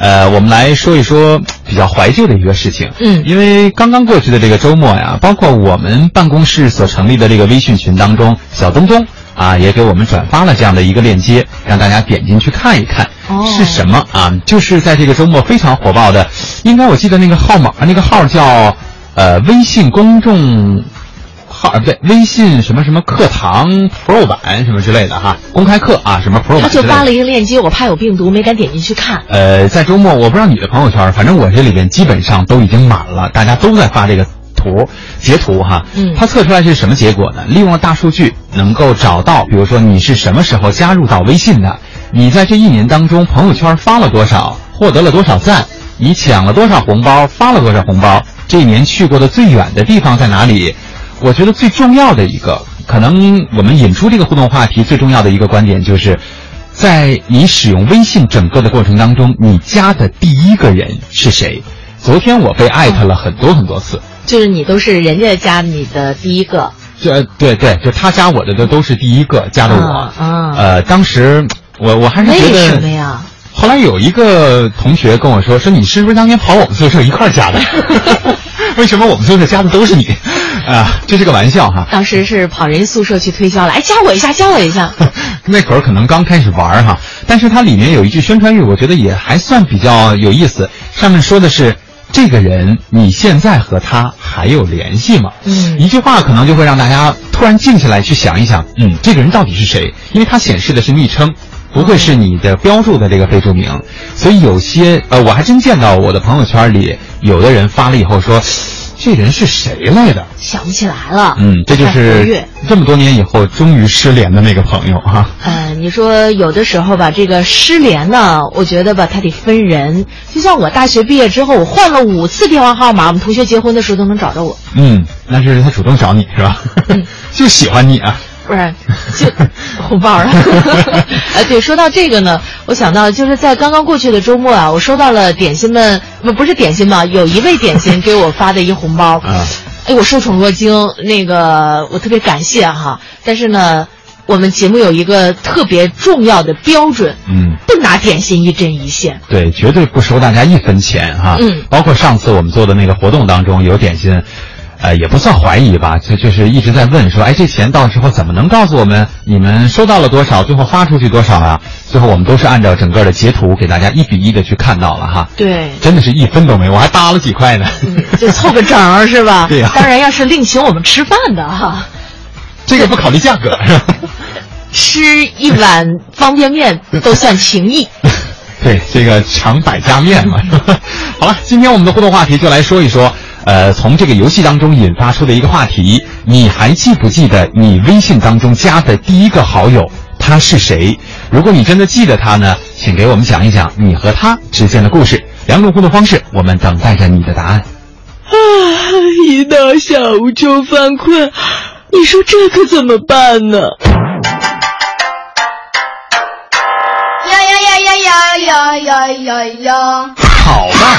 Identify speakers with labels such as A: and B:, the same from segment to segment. A: 呃，我们来说一说比较怀旧的一个事情。
B: 嗯
A: 因为刚刚过去的这个周末呀，包括我们办公室所成立的这个微信群当中，小东东啊也给我们转发了这样的一个链接，让大家点进去看一看。
B: 哦
A: 是什么啊？就是在这个周末非常火爆的，应该我记得那个号码，那个号叫呃微信公众号，啊不对，微信什么什么课堂 Pro 版什么之类的哈，公开课啊，什么 Pro 版之类的。
B: 他就发了一个链接，我怕有病毒，没敢点进去看。
A: 呃，在周末，我不知道你的朋友圈，反正我这里边基本上都已经满了，大家都在发这个图截图哈。
B: 嗯
A: 它测出来是什么结果呢？利用了大数据，能够找到，比如说你是什么时候加入到微信的，你在这一年当中朋友圈发了多少，获得了多少赞，你抢了多少红包，发了多少红包，这一年去过的最远的地方在哪里？我觉得最重要的一个，可能我们引出这个互动话题最重要的一个观点就是，在你使用微信整个的过程当中，你加的第一个人是谁？昨天我被艾特了很多很多次，
B: 就是你都是人家加你的第一个，
A: 这对对，就他加我的都都是第一个加的我
B: 啊，啊
A: 呃，当时我我还是觉
B: 为
A: 得
B: 什么呀？
A: 后来有一个同学跟我说，说你是不是当年跑我们宿舍一块儿加的？ 为什么我们宿舍加的都是你？啊，这是个玩笑哈。
B: 当时是跑人家宿舍去推销了，哎，加我一下，加我 一下。
A: 那会儿可能刚开始玩儿哈，但是它里面有一句宣传语，我觉得也还算比较有意思。上面说的是这个人，你现在和他还有联系吗？
B: 嗯
A: 一句话可能就会让大家突然静下来去想一想，嗯，这个人到底是谁？因为它显示的是昵称。不会是你的标注的这个非注名，所以有些呃，我还真见到我的朋友圈里有的人发了以后说，这人是谁来的？
B: 想不起来了。
A: 嗯，这就
B: 太活
A: 是
B: 跃
A: 这么多年以后终于失联的那个朋友啊哈、
B: 呃，你说有的时候吧，这个失联呢，我觉得吧，它得分人。就像我大学毕业之后，我换了五次电话号码，我们同学结婚的时候都能找着我。
A: 嗯，那是他主动找你是吧？
B: 嗯
A: 就喜欢你啊。
B: 不然 就红包了。哎，对，说到这个呢，我想到就是在刚刚过去的周末啊，我收到了点心们不不是点心吧，有一位点心给我发的一红包，
A: 啊
B: 哎，我受宠若惊，那个我特别感谢啊哈。但是呢，我们节目有一个特别重要的标准，
A: 嗯，
B: 不拿点心一针一线。
A: 对，绝对不收大家一分钱哈。
B: 嗯
A: 包括上次我们做的那个活动当中，有点心，呃，也不算怀疑吧，就就是一直在问说，哎，这钱到时候怎么能告诉我们你们收到了多少，最后发出去多少啊？最后我们都是按照整个的截图给大家一比一的去看到了哈。
B: 对。
A: 真的是一分都没有，我还搭了几块呢。
B: 嗯，就凑个整儿是吧？
A: 对呀嗯
B: 当然，要是另请我们吃饭的哈，
A: 这个不考虑价格是吧？
B: 吃一碗方便面都算情谊。
A: 对，这个常百家面嘛。 好了，今天我们的互动话题就来说一说，呃，从这个游戏当中引发出的一个话题，你还记不记得你微信当中加的第一个好友他是谁？如果你真的记得他呢，请给我们讲一讲你和他之间的故事。两种互动方式，我们等待着你的答案。
B: 啊，一到下午就犯困，你说这可怎么办呢？
C: 呀呀呀呀呀呀呀呀呀！
A: 好吧，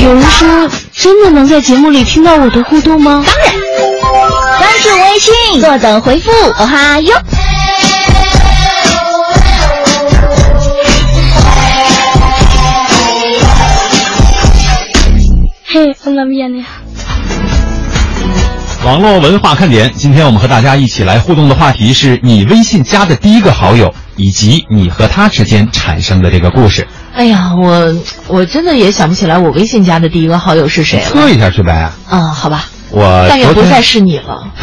D: 有人说，真的能在节目里听到我的互动吗？当然，关注微信，坐等回复，哦哈哟。
C: 嘿，怎么变的呀？
A: 网络文化看点，今天我们和大家一起来互动的话题是你微信加的第一个好友，以及你和他之间产生的这个故事。
B: 哎呀，我我真的也想不起来我微信加的第一个好友是谁了。
A: 测一下去呗。
B: 嗯，好吧，
A: 我
B: 但也
A: 啊昨
B: 不
A: 天
B: 再是你了。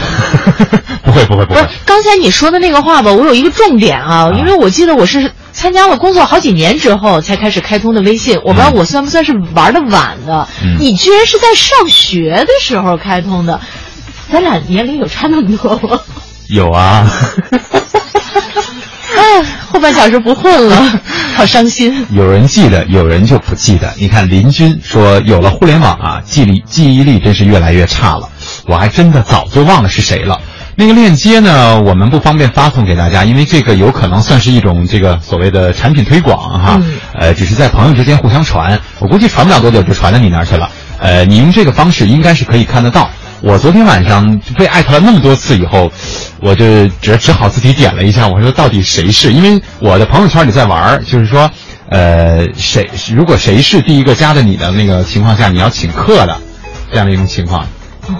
A: 不会不会不
B: 不是
A: 会，
B: 刚才你说的那个话吧，我有一个重点啊
A: 啊，
B: 因为我记得我是参加了工作好几年之后才开始开通的微信，我不知道
A: 嗯
B: 我算不算是玩的晚的。
A: 嗯
B: 你居然是在上学的时候开通的，咱俩 年龄有差那么多吗？
A: 有啊。
B: 哎，后后半小时不混 了，好伤心。
A: 有人记得，有人就不记得。你看林军说，有了互联网啊，记忆记忆力真是越来越差了。我还真的早就忘了是谁了。那个链接呢，我们不方便发送给大家，因为这个有可能算是一种这个所谓的产品推广哈。
B: 嗯
A: 呃，只是在朋友之间互相传，我估计传不了多久就传到你那儿去了。呃，你用这个方式应该是可以看得到。我昨天晚上被艾特了那么多次以后，我就只只好自己点了一下，我说到底谁是？因为我的朋友圈里在玩儿，就是说，呃，谁如果谁是第一个加的你的那个情况下，你要请客的这样的一种情况，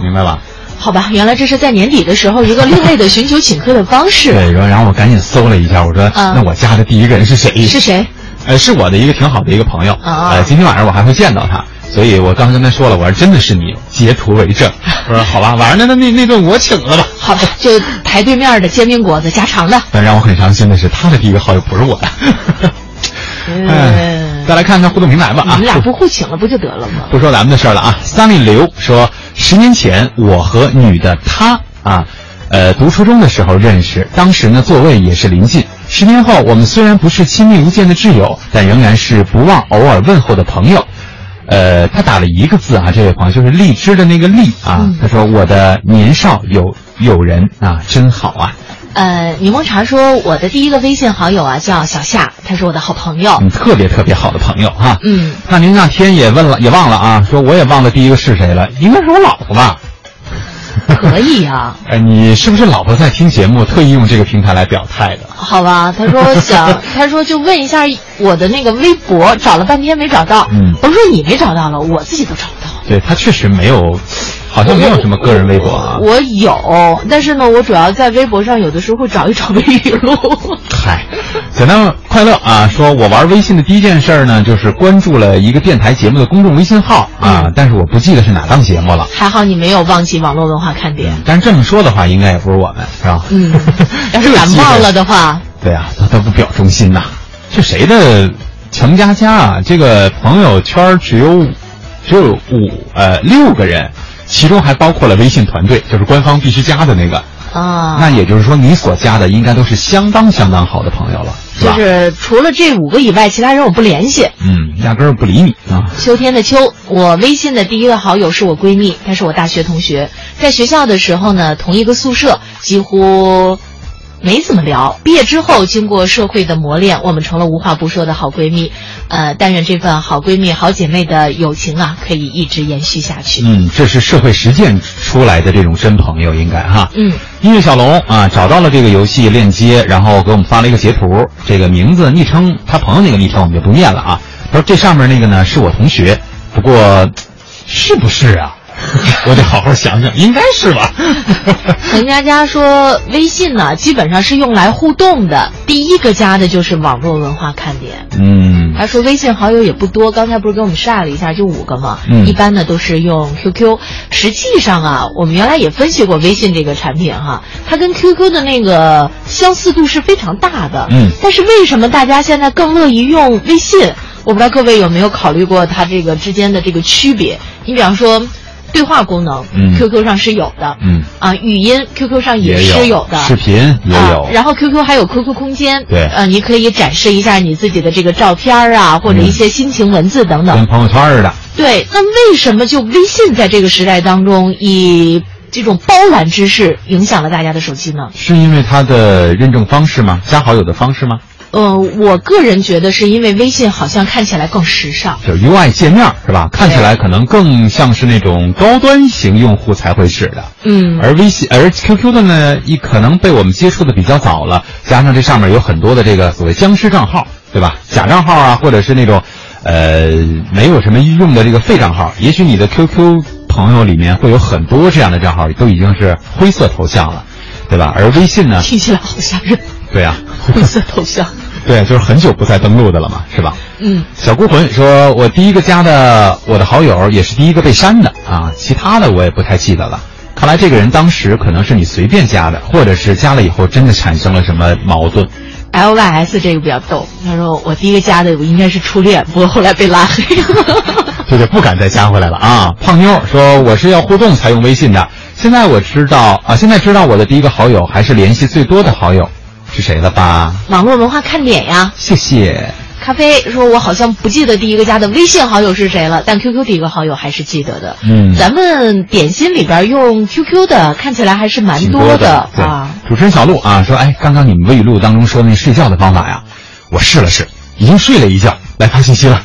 A: 明白吧？
B: 好吧，原来这是在年底的时候一个另类的寻求请客的方式。
A: 对，然后然后我赶紧搜了一下，我说、
B: 嗯
A: 那我加的第一个人是谁？
B: 是谁？
A: 呃，是我的一个挺好的一个朋友，
B: 啊
A: 呃，今天晚上我还会见到他，所以我刚跟他说了，我说真的是你，截图为证。我 说好吧，晚上那那那那顿我请了吧。
B: 好吧，就排对面的煎饼果子加肠的。
A: 但让我很伤心的是，他的第一个好友不是我的。 哎
B: 嗯，
A: 再来看看互动平台吧
B: 你
A: 啊，
B: 们俩不互请了不就得了吗？
A: 不说咱们的事儿了啊。三里刘说，十年前我和女的她啊，呃，读初中的时候认识，当时呢座位也是临近。十年后，我们虽然不是亲密无间的挚友，但仍然是不忘偶尔问候的朋友。呃，他打了一个字啊，这位朋友就是荔枝的那个荔啊
B: 嗯。
A: 他说：“我的年少有有人啊，真好啊。
B: 呃，柠檬茶说我的第一个微信好友啊叫小夏，他是我的好朋友。
A: 嗯，特别特别好的朋友哈、
B: 嗯，
A: 那您那天也问了，也忘了啊，说我也忘了第一个是谁了，应该是我老婆吧？
B: 可以啊。
A: 哎，你是不是老婆在听节目，特意用这个平台来表态的？
B: 好吧，他说我想，他说就问一下我的那个微博，找了半天没找到。
A: 嗯
B: 我说你没找到了，我自己都找不到。
A: 对他确实没有，好像没有什么个人微博啊。
B: 我有，但是呢，我主要在微博上有的时候会找一找微语录。
A: 嗨，简单快乐啊！说我玩微信的第一件事儿呢，就是关注了一个电台节目的公众微信号啊
B: 嗯，
A: 但是我不记得是哪档节目了。
B: 还好你没有忘记网络文化看点。
A: 但是这么说的话，应该也不是我们，是吧？，
B: 嗯要是感冒了的话，
A: 对啊，他他不表忠心呐、这谁的程佳佳啊？这个朋友圈只有只有五呃六个人，其中还包括了微信团队，就是官方必须加的那个。
B: 啊，
A: 那也就是说，你所加的应该都是相当相当好的朋友了，是
B: 就
A: 吧？
B: 是除了这五个以外，其他人我不联系。
A: 嗯，压根儿不理你啊。
B: 秋天的秋，我微信的第一个好友是我闺蜜，她是我大学同学，在学校的时候呢，同一个宿舍，几乎没怎么聊。毕业之后，经过社会的磨练，我们成了无话不说的好闺蜜。呃，但愿这份好闺蜜、好姐妹的友情啊，可以一直延续下去。
A: 嗯，这是社会实践出来的这种真朋友，应该哈。
B: 嗯，
A: 音乐小龙啊，找到了这个游戏链接，然后给我们发了一个截图。这个名字、昵称，他朋友那个昵称我们就不念了啊。他说这上面那个呢是我同学，不过是不是啊？我得好好想想，应该是吧。
B: 陈佳佳说，微信呢、基本上是用来互动的，第一个加的就是网络文化看点。
A: 嗯，
B: 他说微信好友也不多，刚才不是给我们晒了一下，就五个嘛。
A: 嗯
B: 一般呢都是用 QQ。实际上啊，我们原来也分析过微信这个产品哈，它跟 QQ 的那个相似度是非常大的。
A: 嗯
B: 但是为什么大家现在更乐于用微信？我不知道各位有没有考虑过它这个之间的这个区别？你比方说。对话功能、
A: 嗯
B: q q 上是有的，
A: 嗯
B: 啊，语音 QQ 上
A: 也
B: 是
A: 有
B: 的，
A: 视频也有
B: 啊，然后 QQ 还有 QQ 空间，
A: 对
B: 呃，你可以展示一下你自己的这个照片儿啊，或者一些心情文字等等。
A: 跟朋友圈似的。
B: 对，那为什么就微信在这个时代当中以这种包揽之势影响了大家的手机呢？
A: 是因为他的认证方式吗？加好友的方式吗？
B: 呃，我个人觉得是因为微信好像看起来更时尚。
A: 就是 UI 界面是吧？看起来可能更像是那种高端型用户才会使的。
B: 嗯，
A: 而微信，而 QQ 的呢，一可能被我们接触的比较早了，加上这上面有很多的这个所谓僵尸账号，对吧？假账号啊，或者是那种，呃，没有什么用的这个废账号。也许你的 QQ 朋友里面会有很多这样的账号，都已经是灰色头像了，对吧？而微信呢，
B: 听起来好吓人，
A: 对呀、
B: 灰色头像。
A: 对，就是很久不再登录的了嘛，是吧？
B: 嗯，
A: 小孤魂说：“我第一个加的我的好友，也是第一个被删的啊，其他的我也不太记得了。看来这个人当时可能是你随便加的，或者是加了以后真的产生了什么矛盾。
B: L Y S 这个比较逗，他说我第一个加的我应该是初恋，不过后来被拉黑了。
A: 这就不敢再加回来了啊！胖妞说我是要互动才用微信的，现在我知道啊，现在知道我的第一个好友还是联系最多的好友，是谁了吧？
B: 网络文化看点呀。
A: 谢谢。
B: 咖啡说：“我好像不记得第一个加的微信好友是谁了，但 QQ 第一个好友还是记得的。
A: 嗯
B: 咱们点心里边用 QQ 的，看起来还是蛮
A: 挺
B: 多
A: 的对
B: 啊。
A: 主持人小鹿啊说，哎，刚刚你们未录当中说那睡觉的方法呀，我试了试，已经睡了一觉，来发信息了。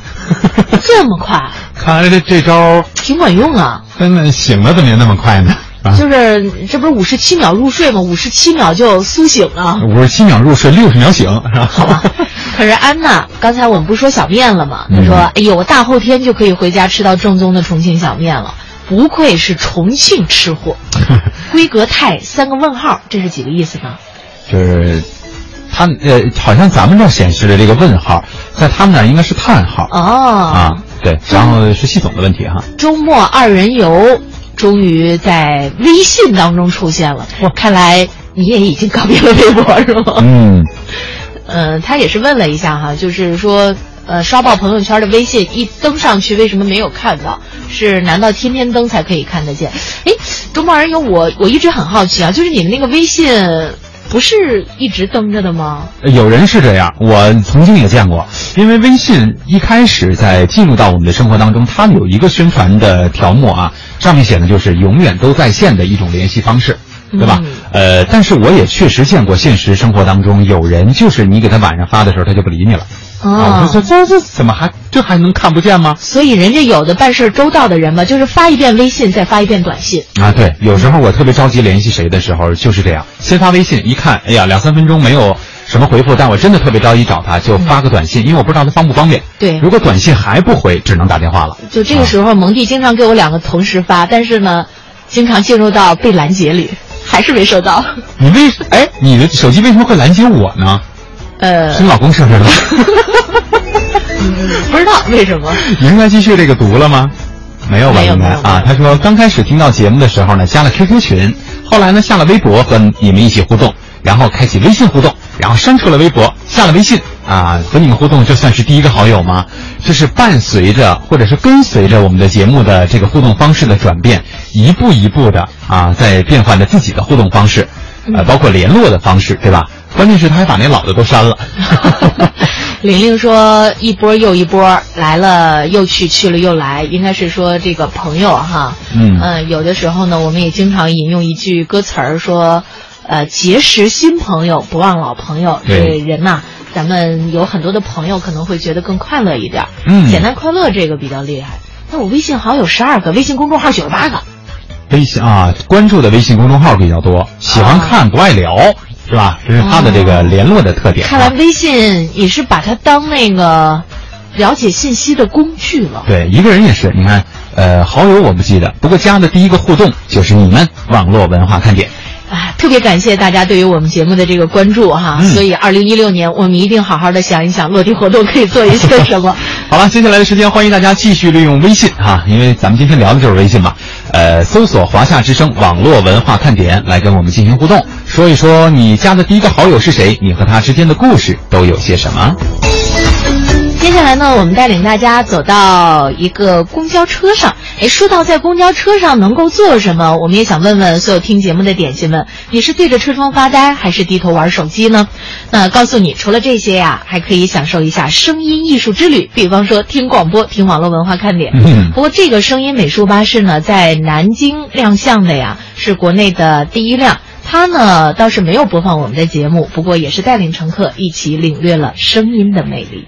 B: 这么快，
A: 看来这这招
B: 挺管用啊！
A: 真的醒了怎么也那么快呢？啊，
B: 就是这不是五十七秒入睡吗？五十七秒就苏醒了。
A: 五十七秒入睡，六十秒醒，是吧？
B: 好吧， 可是安娜，刚才我们不是说小面了吗？她
A: 嗯
B: 说：“哎呦，我大后天就可以回家吃到正宗的重庆小面了，不愧是重庆 吃货，规格太三个问号，这是几个意思呢？
A: 就是他呃，好像咱们这儿显示的这个问号，在他们那儿应该是叹号、
B: 哦，
A: 啊。对，然后是系统的问题哈。
B: 周末二人游终于在微信当中出现了。看来你也已经告别了微博是吗？
A: 嗯，
B: 嗯，他也是问了一下哈，就是说。呃，刷爆朋友圈的微信一登上去，为什么没有看到？是难道天天登才可以看得见？哎，周末二人游，我我一直很好奇啊，就是你们那个微信不是一直登着的吗？
A: 有人是这样，我曾经也见过。因为微信一开始在进入到我们的生活当中，它有一个宣传的条目啊，上面写的就是永远都在线的一种联系方式。对吧
B: 嗯？
A: 呃，但是我也确实见过现实生活当中有人，就是你给他晚上发的时候，他就不理你了。啊，我
B: 啊
A: 说这这这怎么还这还能看不见吗？
B: 所以人家有的办事周到的人嘛，就是发一遍微信，再发一遍短信。
A: 啊，对，有时候我特别着急联系谁的时候就是这样，先发微信，一看，哎呀，两三分钟没有什么回复，但我真的特别着急找他，就发个短信，因为我不知道他方不方便。
B: 对
A: 如果短信还不回，只能打电话了。
B: 就这个时候，蒙蒂经常给我两个同时发，但是呢，经常进入到被拦截里，还是没收到。
A: 你为哎，你的手机为什么会拦截我呢？
B: 呃
A: 是，你老公设置的吗？
B: 不知道为什么。
A: 你应该继续这个读了吗？没有吧，
B: 没有
A: 应该
B: 没有没
A: 啊
B: 有。
A: 他说刚开始听到节目的时候呢，加了 QQ 群，后来呢下了微博和你们一起互动，然后开启微信互动，然后删除了微博，下了微信啊，和你们互动，这算是第一个好友吗？这是伴随着或者是跟随着我们的节目的这个互动方式的转变，一步一步的啊，在变换着自己的互动方式，
B: 嗯
A: 呃，包括联络的方式，对吧？关键是他还把那老的都删了。
B: 玲玲说：“一波又一波，来了又去，去了又来，应该是说这个朋友哈。
A: 嗯
B: 呃有的时候呢，我们也经常引用一句歌词儿说，呃，结识新朋友，不忘老朋友。
A: 对
B: 这人呐、咱们有很多的朋友，可能会觉得更快乐一点儿。
A: 嗯
B: 简单快乐这个比较厉害。那我微信好友十二个，微信公众号九十八个，
A: 微信啊，关注的微信公众号比较多，喜欢
B: 啊
A: 看不爱聊，是吧？这是他的这个联络的特点、啊。
B: 看来微信也是把它当那个了解信息的工具了。
A: 对一个人也是，你看，呃，好友我不记得，不过加的第一个互动就是你们网络文化看点。
B: 啊，特别感谢大家对于我们节目的这个关注哈，
A: 嗯
B: 所以二零一六年我们一定好好的想一想，落地活动可以做一些什么。
A: 好了，接下来的时间，欢迎大家继续利用微信哈、因为咱们今天聊的就是微信嘛。呃，搜索“华夏之声”网络文化看点来跟我们进行互动，说一说你加的第一个好友是谁，你和他之间的故事都有些什么。
B: 接下来呢，我们带领大家走到一个公交车上。哎，说到在公交车上能够做什么，我们也想问问所有听节目的点心们，你是对着车窗发呆，还是低头玩手机呢？那告诉你，除了这些呀、还可以享受一下声音艺术之旅，比方说听广播、听网络文化看点。
A: 嗯
B: 不过这个声音美术巴士呢，在南京亮相的呀，是国内的第一辆。它呢倒是没有播放我们的节目，不过也是带领乘客一起领略了声音的魅力。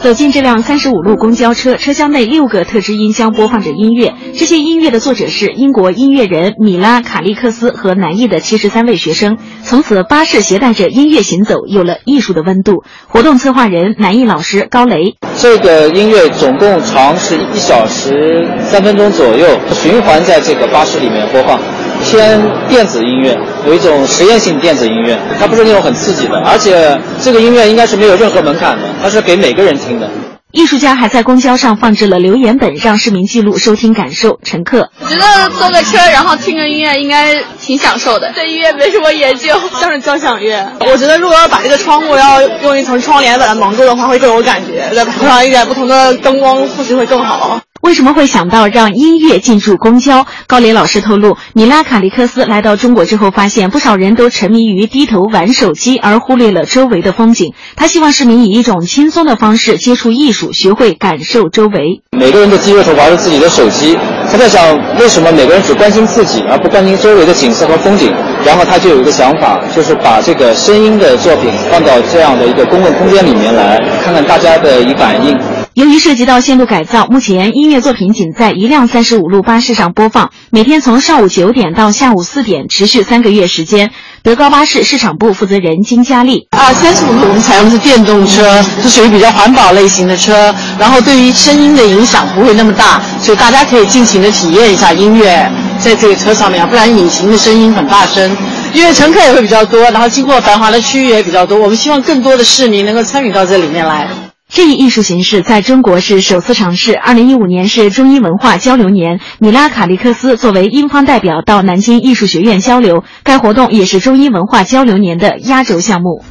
E: 走进这辆三十五路公交车，车厢内六个特制音箱播放着音乐。这些音乐的作者是英国音乐人米拉·卡利克斯和南艺的七十三位学生。从此，巴士携带着音乐行走，有了艺术的温度。活动策划人南艺老师高雷，
F: 这个音乐总共长是一小时三分钟左右，循环在这个巴士里面播放，偏电子音乐，有一种实验性电子音乐，它不是那种很刺激的，而且这个音乐应该是没有任何门槛的，它是给每个人听的。
E: 艺术家还在公交上放置了留言本，让市民记录收听感受。乘客
C: 我觉得坐个车，然后听个音乐，应该挺享受的。对音乐没什么研究，
G: 像是交响乐。我觉得如果要把这个窗户要用一层窗帘把它蒙住的话，会更有感觉。再配上一点不同的灯光，或许会更好。
E: 为什么会想到让音乐进驻公交？高磊老师透露，米拉卡利克斯来到中国之后，发现不少人都沉迷于低头玩手机，而忽略了周围的风景。他希望市民以一种轻松的方式接触艺术，学会感受周围。
F: 每个人的肌肉头玩着自己的手机，他在想为什么每个人只关心自己，而不关心周围的景色和风景。然后他就有一个想法，就是把这个声音的作品放到这样的一个公共空间里面来，看看大家的一反应。
E: 由于涉及到线路改造，目前音乐作品仅在一辆三十五路巴士上播放，每天从上午九点到下午四点，持续三个月时间。德高巴士市场部负责人金佳丽，
G: 啊，三十五路我们采用的是电动车，是属于比较环保类型的车，然后对于声音的影响不会那么大，所以大家可以尽情的体验一下音乐在这个车上面，不然引擎的声音很大声。因为乘客也会比较多，然后经过繁华的区域也比较多，我们希望更多的市民能够参与到这里面来。
E: 这一艺术形式在中国是首次尝试。二零一五年是中英文化交流年，米拉卡利克斯作为英方代表到南京艺术学院交流，该活动也是中英文化交流年的压轴项目。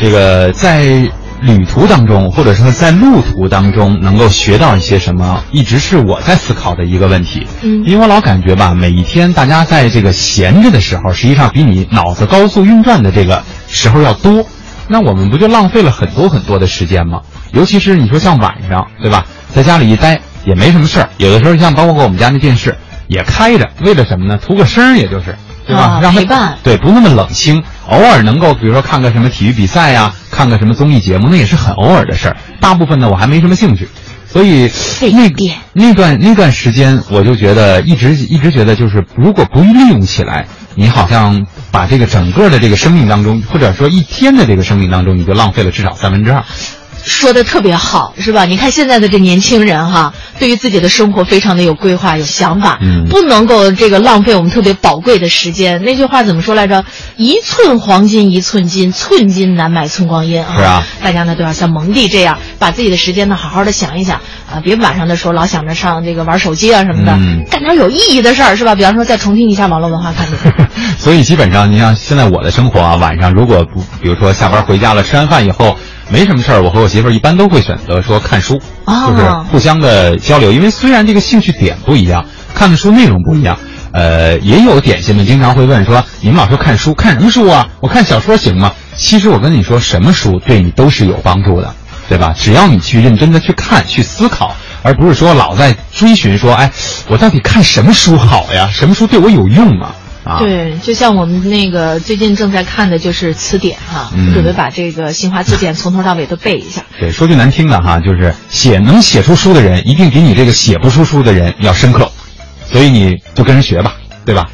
A: 这个在旅途当中，或者说在路途当中，能够学到一些什么，一直是我在思考的一个问题。
B: 嗯
A: 因为我老感觉吧，每一天大家在这个闲着的时候，实际上比你脑子高速运转的这个时候要多。那我们不就浪费了很多很多的时间吗？尤其是你说像晚上，对吧？在家里一待也没什么事儿，有的时候像包括我们家那电视也开着，为了什么呢？图个声儿，也就是。对吧？
B: 啊
A: 让它
B: 陪伴
A: 对，不那么冷清，偶尔能够，比如说看个什么体育比赛呀、看个什么综艺节目，那也是很偶尔的事儿。大部分呢，我还没什么兴趣，所以那
B: 便
A: 那段那段时间，我就觉得一直一直觉得，就是如果不利用起来，你好像把这个整个的这个生命当中，或者说一天的这个生命当中，你就浪费了至少三分之二。
B: 说的特别好，是吧？你看现在的这年轻人哈，对于自己的生活非常的有规划、有想法，
A: 嗯
B: 不能够这个浪费我们特别宝贵的时间。那句话怎么说来着？一寸黄金一寸金，寸金难买寸光阴啊！
A: 是啊
B: 大家呢都要像蒙蒂这样，把自己的时间呢好好的想一想啊，别晚上的时候老想着上这个玩手机啊什么的，
A: 嗯
B: 干点有意义的事儿，是吧？比方说再重听一下网络文化看点。
A: 所以基本上，你像现在我的生活啊，晚上如果不，比如说下班回家了，吃完饭以后没什么事儿，我和我媳妇儿一般都会选择说看书，
B: 哦
A: 就是互相的交流。因为虽然这个兴趣点不一样，看的书内容不一样，呃，也有点心们经常会问说，你们老说看书，看什么书啊？我看小说行吗？其实我跟你说，什么书对你都是有帮助的。对吧？只要你去认真的去看、去思考，而不是说老在追寻说，哎，我到底看什么书好呀？什么书对我有用啊？啊，
B: 对，就像我们那个最近正在看的就是词典哈、
A: 嗯
B: 准备把这个新华字典从头到尾都背一下。
A: 对，说句难听的哈，就是写能写出书的人，一定比你这个写不出书的人要深刻，所以你就跟人学吧，对吧？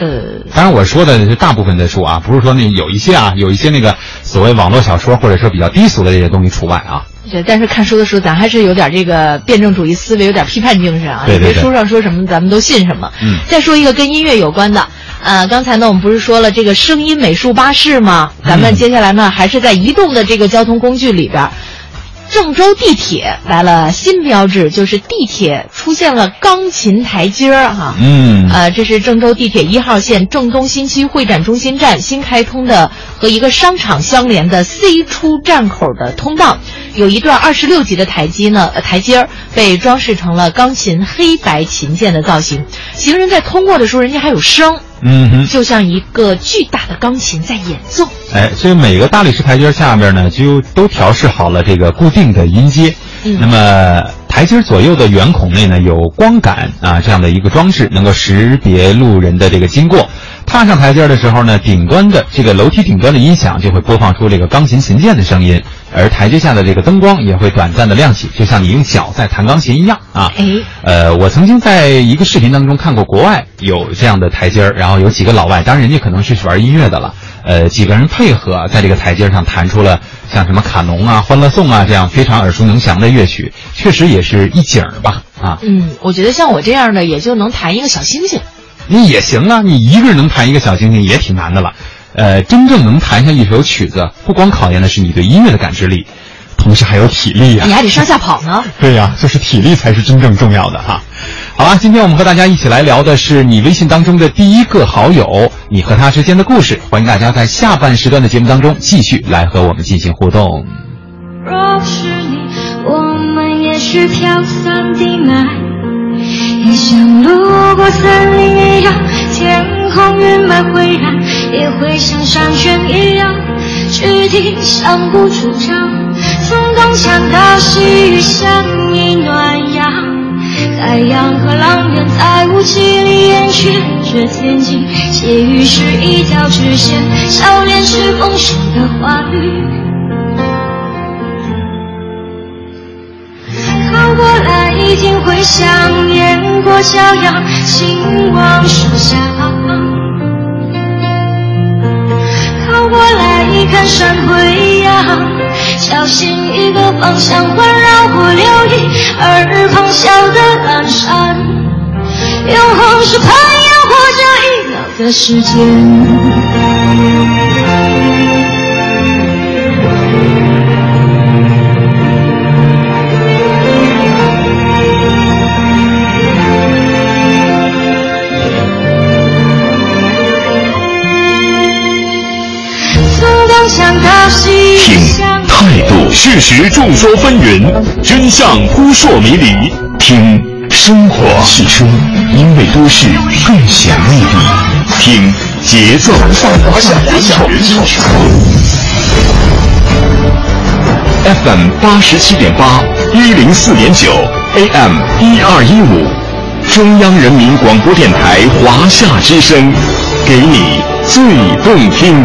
B: 呃，
A: 当然，我说的是大部分的书啊，不是说那有一些啊，有一些那个所谓网络小说或者说比较低俗的这些东西除外啊。
B: 对，但是看书的时候，咱还是有点这个辩证主义思维，有点批判精神啊。
A: 对对
B: 有些
A: 对
B: 书上说什么，咱们都信什么。
A: 嗯
B: 再说一个跟音乐有关的，呃，刚才呢我们不是说了这个声音美术巴士吗？咱们
A: 嗯
B: 接下来呢还是在移动的这个交通工具里边儿，郑州地铁来了新标志，就是地铁出现了钢琴台阶儿哈。
A: 嗯，
B: 呃，这是郑州地铁一号线郑东新区会展中心站新开通的和一个商场相连的 C 出站口的通道，有一段二十六级的台阶呢，呃台阶儿被装饰成了钢琴黑白琴键的造型，行人在通过的时候，人家还有声，
A: 嗯哼。
B: 就像一个巨大的钢琴在演奏。
A: 哎，所以每个大理石台阶下面呢，就都调试好了这个固定的音阶。
B: 嗯
A: 那么台阶左右的圆孔内呢，有光感啊这样的一个装置，能够识别路人的这个经过。踏上台阶的时候呢，顶端的这个楼梯顶端的音响就会播放出这个钢琴琴键的声音，而台阶下的这个灯光也会短暂的亮起，就像你用脚在弹钢琴一样啊。
B: 哎，
A: 呃，我曾经在一个视频当中看过国外有这样的台阶儿，然后有几个老外，当然人家可能是玩音乐的了，呃，几个人配合在这个台阶儿上弹出了像什么卡农啊、欢乐颂啊这样非常耳熟能详的乐曲，确实也是一景儿吧啊，
B: 嗯，我觉得像我这样的也就能弹一个小星星。
A: 你也行啊，你一个人能弹一个小星星也挺难的了，呃，真正能弹下一首曲子，不光考验的是你对音乐的感知力，同时还有体力啊呀、
B: 你还得上下跑呢。
A: 对呀、就是体力才是真正重要的哈。好啦，今天我们和大家一起来聊的是你微信当中的第一个好友，你和他之间的故事。欢迎大家在下半时段的节目当中继续来和我们进行互动。
C: 若是你，我们也
H: 是飘散的爱，也像路过森林一样，天空云漫灰然，也会像山泉一样，直挺向不主张。从东向到西，雨像一暖阳，海洋和浪源在雾气里掩饰着天际，斜雨是一条直线，笑脸是丰收的花语。靠过来一定会想念过骄阳，心往树下。靠过来一看山灰扬，小心一个方向环绕过柳荫，耳旁笑的阑珊。永恒是攀岩或者一秒的时间。从东向到西，
A: 听
H: 向
A: 态度，事实众说纷纭，真相扑朔迷离。听生活汽车，因为都市更显魅力。听节奏，FM 八十七点八，一零四点九，AM 一二一五，中央人民广播电台华夏之声，给你最动听。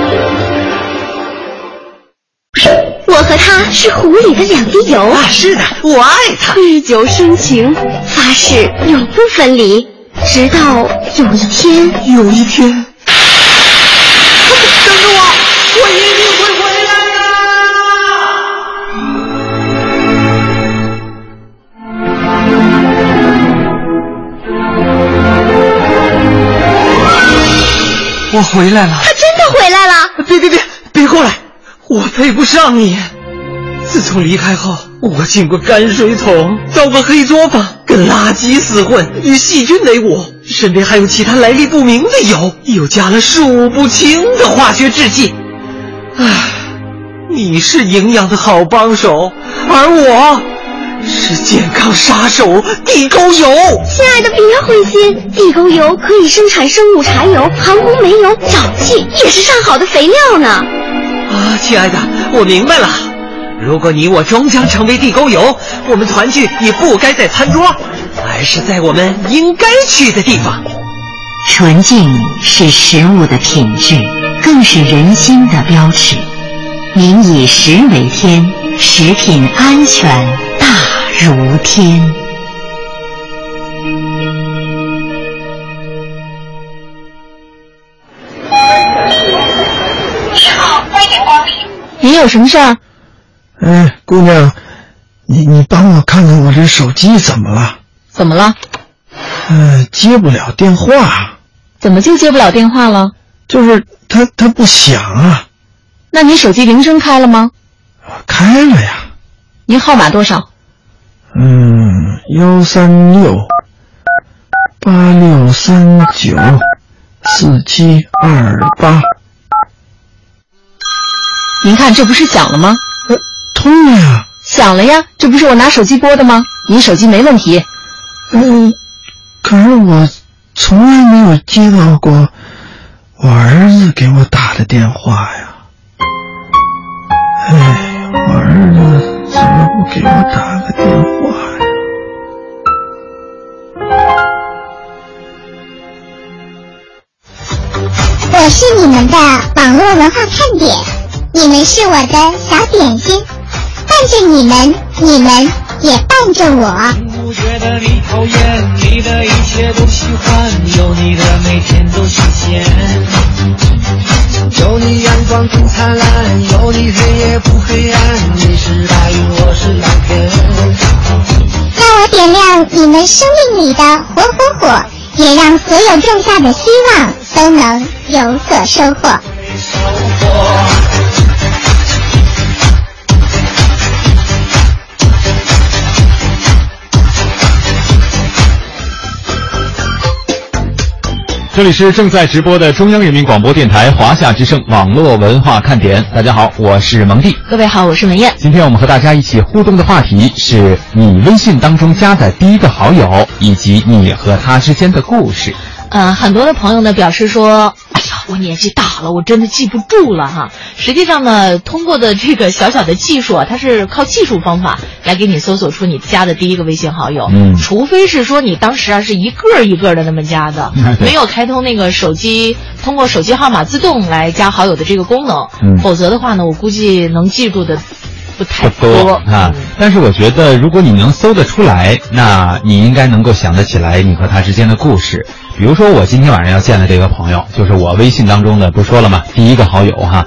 B: 我和他是湖里的两滴油，
G: 啊，是的，我爱他。
B: 日久生情，发誓永不分离，直到有一天。
G: 有一天，等着我，我一定会回来的。我回来了。
B: 他真的回来了。
G: 别别别，别过来！我配不上你。自从离开后，我进过泔水桶，到过黑作坊，跟垃圾厮混，与细菌为伍。身边还有其他来历不明的油，又加了数不清的化学制剂。唉，你是营养的好帮手，而我是健康杀手地沟油。
B: 亲爱的，别灰心，地沟油可以生产生物柴油、航空煤油、沼气，也是上好的肥料呢。
G: 啊，亲爱的，我明白了。如果你我终将成为地沟油，我们团聚也不该在餐桌，而是在我们应该去的地方。
I: 纯净是食物的品质，更是人心的标尺。民以食为天，食品安全大如天。
D: 您有什么事儿？
G: 嗯，姑娘，你你帮我看看我这手机怎么了？
D: 怎么了？
G: 嗯，接不了电话，
D: 怎么就接不了电话了？
G: 就是它它不响啊。
D: 那您手机铃声开了吗？
G: 开了呀，
D: 您号码多少？
G: 嗯，幺三六八六三九四七二八。
D: 您看这不是响了吗？
G: 呃通了呀。
D: 响了呀，这不是我拿手机拨的吗？您手机没问题。
G: 嗯，可是我从来没有接到过我儿子给我打的电话呀。哎，我儿子怎么不给我打个电话呀？
C: 我是你们的网络文化看点，你们是我的小点心，伴着你们，你们也伴着我。
J: 不觉得你讨厌，你的一切都喜欢，有你的每天都新鲜。有你阳光不灿烂，有你黑夜不黑暗，你是大雨，我是
C: 用你们生命里的火火火，也让所有种下的希望都能有所收获。
A: 这里是正在直播的中央人民广播电台华夏之声网络文化看点。大家好，我是蒙蒂。
B: 各位好，我是文燕。
A: 今天我们和大家一起互动的话题是你微信当中加载第一个好友，以及你和他之间的故事。
B: 呃，很多的朋友呢表示说，哎呀，我年纪大了，我真的记不住了哈。实际上呢，通过的这个小小的技术啊，它是靠技术方法来给你搜索出你加的第一个微信好友。
A: 嗯，
B: 除非是说你当时啊是一个儿一个儿的那么加的 没有开通那个手机通过手机号码自动来加好友的这个功能，
A: 嗯
B: 否则的话呢，我估计能记住的不太嗯
A: 不多啊，但是我觉得，如果你能搜得出来，那你应该能够想得起来你和他之间的故事。比如说，我今天晚上要见的这个朋友，就是我微信当中的，不是说了吗？第一个好友哈，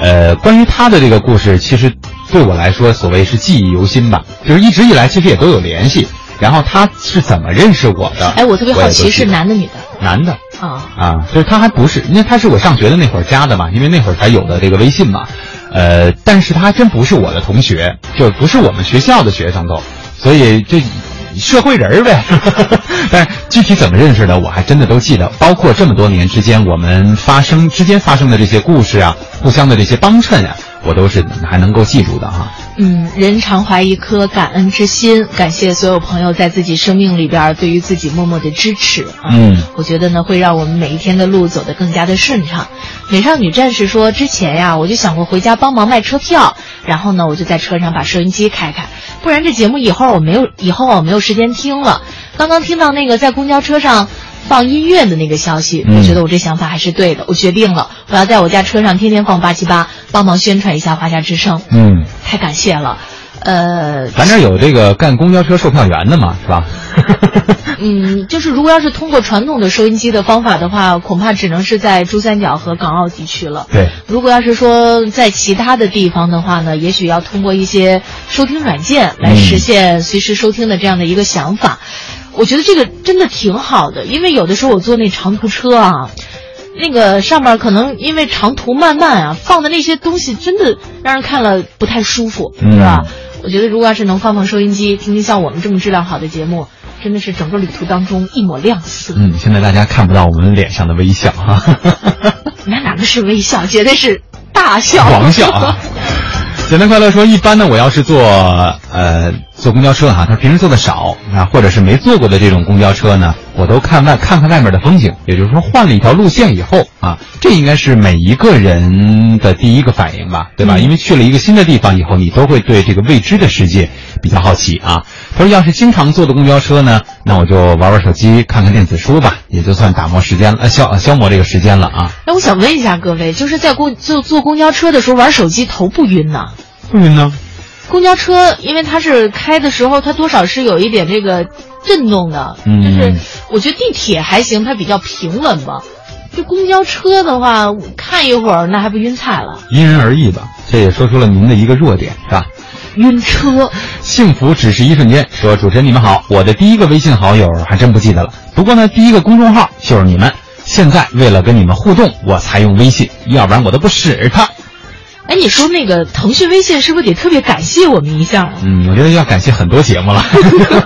A: 呃，关于他的这个故事，其实对我来说，所谓是记忆犹新吧，就是一直以来其实也都有联系。然后他是怎么认识我的？
B: 哎，我特别好
A: 也都
B: 奇
A: 记
B: 是
A: 得
B: 男的女的
A: 男的。
B: 啊？
A: 啊，就是他还不是，因为他是我上学的那会儿加的嘛，因为那会儿才有的这个微信嘛，呃，但是他还真不是我的同学，就不是我们学校的学生都，所以这社会人儿呗。 但是具体怎么认识的，我还真的都记得，包括这么多年之间我们发生之间发生的这些故事啊，互相的这些帮衬啊，我都是还能够记住的哈、
B: 嗯，人常怀一颗感恩之心，感谢所有朋友在自己生命里边儿对于自己默默的支持啊。
A: 嗯，
B: 我觉得呢，会让我们每一天的路走得更加的顺畅。美少女战士说，之前呀，我就想过回家帮忙卖车票，然后呢，我就在车上把收音机开开，不然这节目以后我没有以后啊我没有时间听了。刚刚听到那个在公交车上。放音乐的那个消息，
A: 嗯
B: 我觉得我这想法还是对的。我决定了，我要在我家车上天天放八七八，帮忙宣传一下华夏之声。
A: 嗯，
B: 太感谢了，呃，
A: 咱这儿有这个干公交车售票员的嘛，是吧？
B: 嗯，就是如果要是通过传统的收音机的方法的话，恐怕只能是在珠三角和港澳地区了。
A: 对，
B: 如果要是说在其他的地方的话呢，也许要通过一些收听软件来实现随时收听的这样的一个想法。我觉得这个真的挺好的，因为有的时候我坐那长途车啊，那个上面可能因为长途漫漫啊，放的那些东西真的让人看了不太舒服，
A: 嗯
B: 是吧？我觉得如果要是能放放收音机，听听像我们这么质量好的节目，真的是整个旅途当中一抹亮色。
A: 嗯，现在大家看不到我们脸上的微笑哈、
B: 那哪个是微笑，绝对是大 笑，
A: 狂笑啊！简单快乐说，一般呢，我要是坐呃坐公交车哈、他平时坐的少啊，或者是没坐过的这种公交车呢，我都看外看看外面的风景。也就是说，换了一条路线以后啊，这应该是每一个人的第一个反应吧，对吧？因为去了一个新的地方以后，你都会对这个未知的世界比较好奇啊。他说，要是经常坐的公交车呢，那我就玩玩手机，看看电子书吧，也就算打磨时间了，呃消消磨这个时间了啊。
B: 哎，我想问一下各位，就是在公就坐公交车的时候玩手机头不晕呐？
A: 不云嗯呢？
B: 公交车因为它是开的时候，它多少是有一点这个震动的，
A: 嗯
B: 就是我觉得地铁还行，它比较平稳吧。就公交车的话，我看一会儿那还不晕菜了？
A: 因人而异吧，这也说出了您的一个弱点，是吧？
B: 晕车，
A: 幸福只是一瞬间。说主持人你们好，我的第一个微信好友还真不记得了，不过呢，第一个公众号就是你们。现在为了跟你们互动，我才用微信，要不然我都不使它。
B: 哎，你说那个腾讯微信是不是得特别感谢我们一下啊？
A: 嗯，我觉得要感谢很多节目了。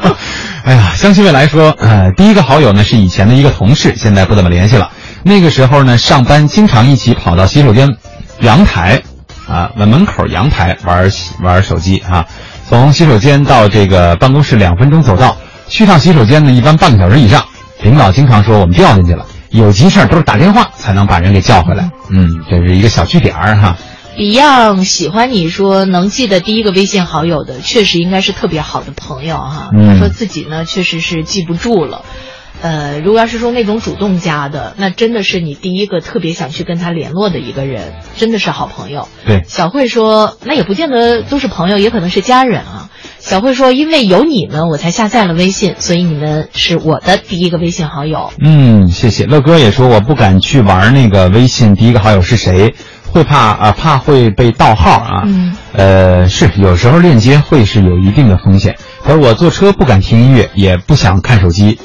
A: 哎呀，相信未来说，呃，第一个好友呢是以前的一个同事，现在不怎么联系了。那个时候呢，上班经常一起跑到洗手间阳台啊，门门口阳台玩玩手机啊。从洗手间到这个办公室两分钟走道，去趟洗手间呢一般半个小时以上。领导经常说我们掉进去了，有急事儿都是打电话才能把人给叫回来。嗯，这是一个小据点儿哈。
B: Beyond 喜欢你说能记得第一个微信好友的，确实应该是特别好的朋友哈、
A: 嗯
B: 他说自己呢确实是记不住了，呃，如果要是说那种主动加的，那真的是你第一个特别想去跟他联络的一个人，真的是好朋友。
A: 对，
B: 小慧说，那也不见得都是朋友，也可能是家人啊。小慧说，因为有你们，我才下载了微信，所以你们是我的第一个微信好友。
A: 嗯，谢谢。乐哥也说我不敢去玩那个微信第一个好友是谁，会怕啊，怕会被盗号啊。
B: 嗯。
A: 呃，是有时候链接会是有一定的风险。可是我坐车不敢听音乐，也不想看手机，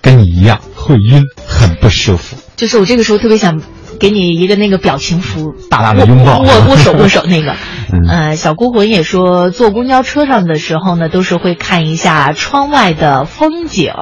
A: 跟你一样会晕，很不舒服。
B: 就是我这个时候特别想给你一个那个表情符，
A: 大大的
B: 握
A: 拥抱。
B: 握握手握手那个
A: 嗯
B: 呃，小孤魂也说，坐公交车上的时候呢，都是会看一下窗外的风景。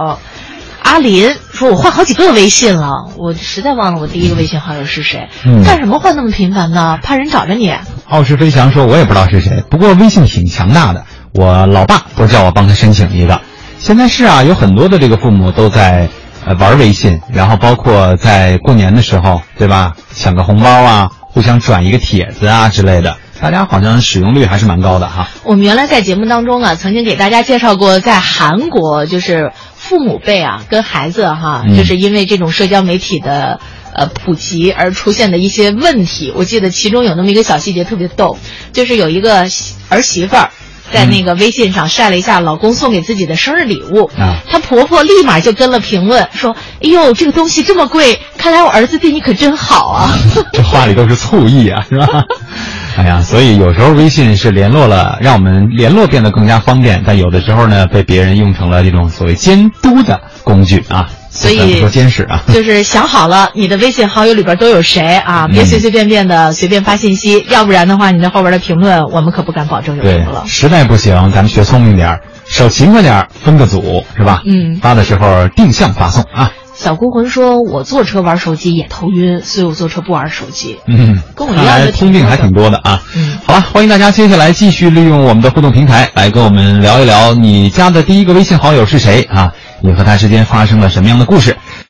B: 阿林说：“我换好几个微信了，我实在忘了我第一个微信好友是谁。
A: 嗯
B: 干什么换那么频繁呢？怕人找着你。啊
A: 傲视飞翔说：“我也不知道是谁，不过微信挺强大的。我老爸不是叫我帮他申请一个。现在是啊，有很多的这个父母都在呃玩微信，然后包括在过年的时候，对吧？抢个红包啊，互相转一个帖子啊之类的，大家好像使用率还是蛮高的哈、
B: 我们原来在节目当中啊，曾经给大家介绍过，在韩国就是父母辈啊跟孩子哈、
A: 嗯
B: 就是因为这种社交媒体的呃普及而出现的一些问题。我记得其中有那么一个小细节特别逗，就是有一个媳儿媳妇儿。在那个微信上晒了一下老公送给自己的生日礼物，
A: 啊
B: 她婆婆立马就跟了评论说：“哎呦，这个东西这么贵，看来我儿子对你可真好啊。”
A: 这话里都是醋意啊，是吧？ 哎呀，所以有时候微信是联络了，让我们联络变得更加方便，但有的时候呢，被别人用成了这种所谓监督的工具啊，
B: 所以
A: 咱们说监视啊。
B: 就是想好了，你的微信好友里边都有谁啊？别
A: 嗯
B: 随随便便的随便发信息，要不然的话，你这后边的评论我们可不敢保证有什
A: 对
B: 么，了。
A: 实在不行，咱们学聪明点儿，手勤快点儿，分个组是吧？
B: 嗯
A: 发的时候定向发送啊。
B: 小孤魂说：“我坐车玩手机也头晕，所以我坐车不玩手机。
A: 嗯，
B: 跟我一
A: 看
B: 样
A: 来
B: 的
A: 通病还挺多的啊。
B: 嗯
A: 好了，欢迎大家接下来继续利用我们的互动平台来跟我们聊一聊你加的第一个微信好友是谁啊？你和他之间发生了什么样的故事？